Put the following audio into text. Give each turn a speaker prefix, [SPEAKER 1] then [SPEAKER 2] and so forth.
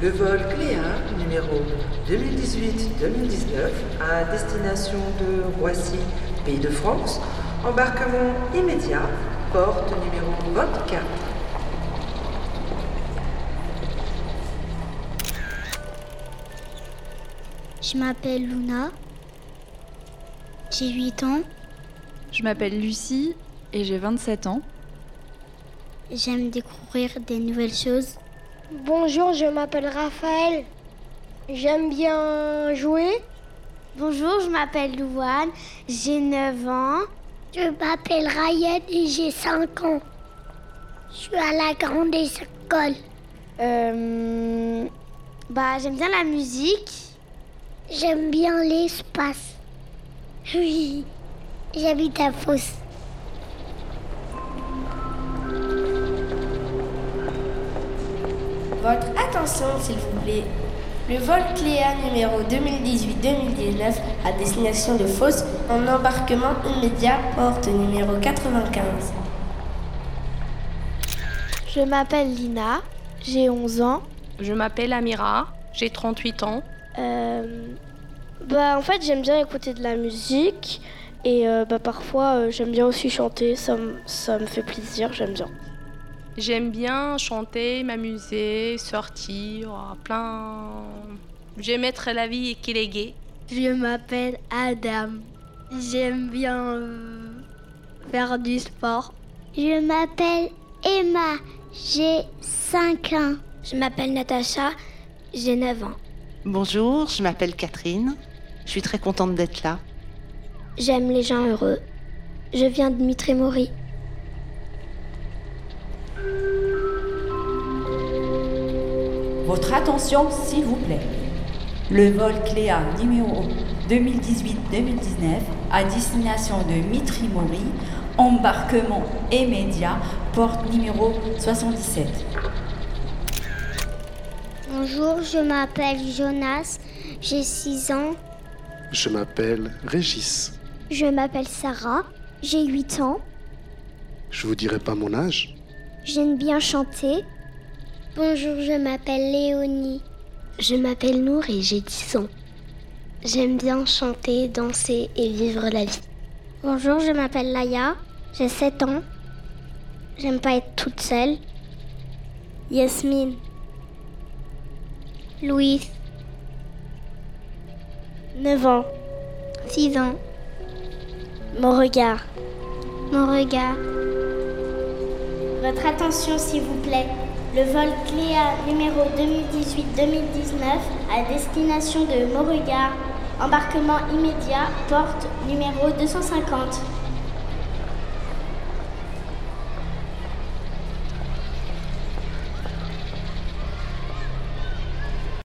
[SPEAKER 1] Le vol Cléar numéro 2018-2019 à destination de Roissy, Pays de France, embarquement immédiat, porte numéro 24.
[SPEAKER 2] Je m'appelle Luna. J'ai 8 ans.
[SPEAKER 3] Je m'appelle Lucie et j'ai 27 ans.
[SPEAKER 2] J'aime découvrir des nouvelles choses.
[SPEAKER 4] Bonjour, je m'appelle Raphaël. J'aime bien jouer.
[SPEAKER 5] Bonjour, je m'appelle Louane, j'ai 9 ans.
[SPEAKER 6] Je m'appelle Ryan et j'ai 5 ans. Je suis à la grande école.
[SPEAKER 5] Euh, bah, j'aime bien la musique.
[SPEAKER 6] J'aime bien l'espace. Oui, j'habite à Fosse.
[SPEAKER 7] Votre attention, s'il vous plaît. Le vol Cléa numéro 2018-2019 à destination de Fos en embarquement immédiat, porte numéro 95.
[SPEAKER 5] Je m'appelle Lina, j'ai 11 ans.
[SPEAKER 8] Je m'appelle Amira, j'ai 38 ans.
[SPEAKER 4] Euh, bah, en fait, j'aime bien écouter de la musique et euh, bah, parfois euh, j'aime bien aussi chanter, ça, m- ça me fait plaisir, j'aime bien.
[SPEAKER 8] J'aime bien chanter, m'amuser, sortir, oh, plein. J'aime être la vie qu'il est gay.
[SPEAKER 9] Je m'appelle Adam. J'aime bien euh, faire du sport.
[SPEAKER 6] Je m'appelle Emma. J'ai 5 ans.
[SPEAKER 2] Je m'appelle Natacha. J'ai 9 ans.
[SPEAKER 10] Bonjour, je m'appelle Catherine. Je suis très contente d'être là.
[SPEAKER 2] J'aime les gens heureux. Je viens de Mitremori.
[SPEAKER 11] Votre attention, s'il vous plaît. Le vol Cléa numéro 2018-2019 à destination de Mitrimori, embarquement immédiat, porte numéro 77.
[SPEAKER 6] Bonjour, je m'appelle Jonas. J'ai 6 ans.
[SPEAKER 12] Je m'appelle Régis.
[SPEAKER 6] Je m'appelle Sarah. J'ai 8 ans.
[SPEAKER 12] Je vous dirai pas mon âge.
[SPEAKER 6] J'aime bien chanter. Bonjour, je m'appelle Léonie.
[SPEAKER 2] Je m'appelle Nour et j'ai 10 ans. J'aime bien chanter, danser et vivre la vie.
[SPEAKER 6] Bonjour, je m'appelle Laïa. J'ai 7 ans. J'aime pas être toute seule. Yasmine. Louis.
[SPEAKER 4] 9 ans.
[SPEAKER 6] 6 ans.
[SPEAKER 4] Mon regard.
[SPEAKER 6] Mon regard.
[SPEAKER 2] Votre attention, s'il vous plaît. Le vol Cléa numéro 2018-2019 à destination de Beauregard. Embarquement immédiat, porte numéro 250.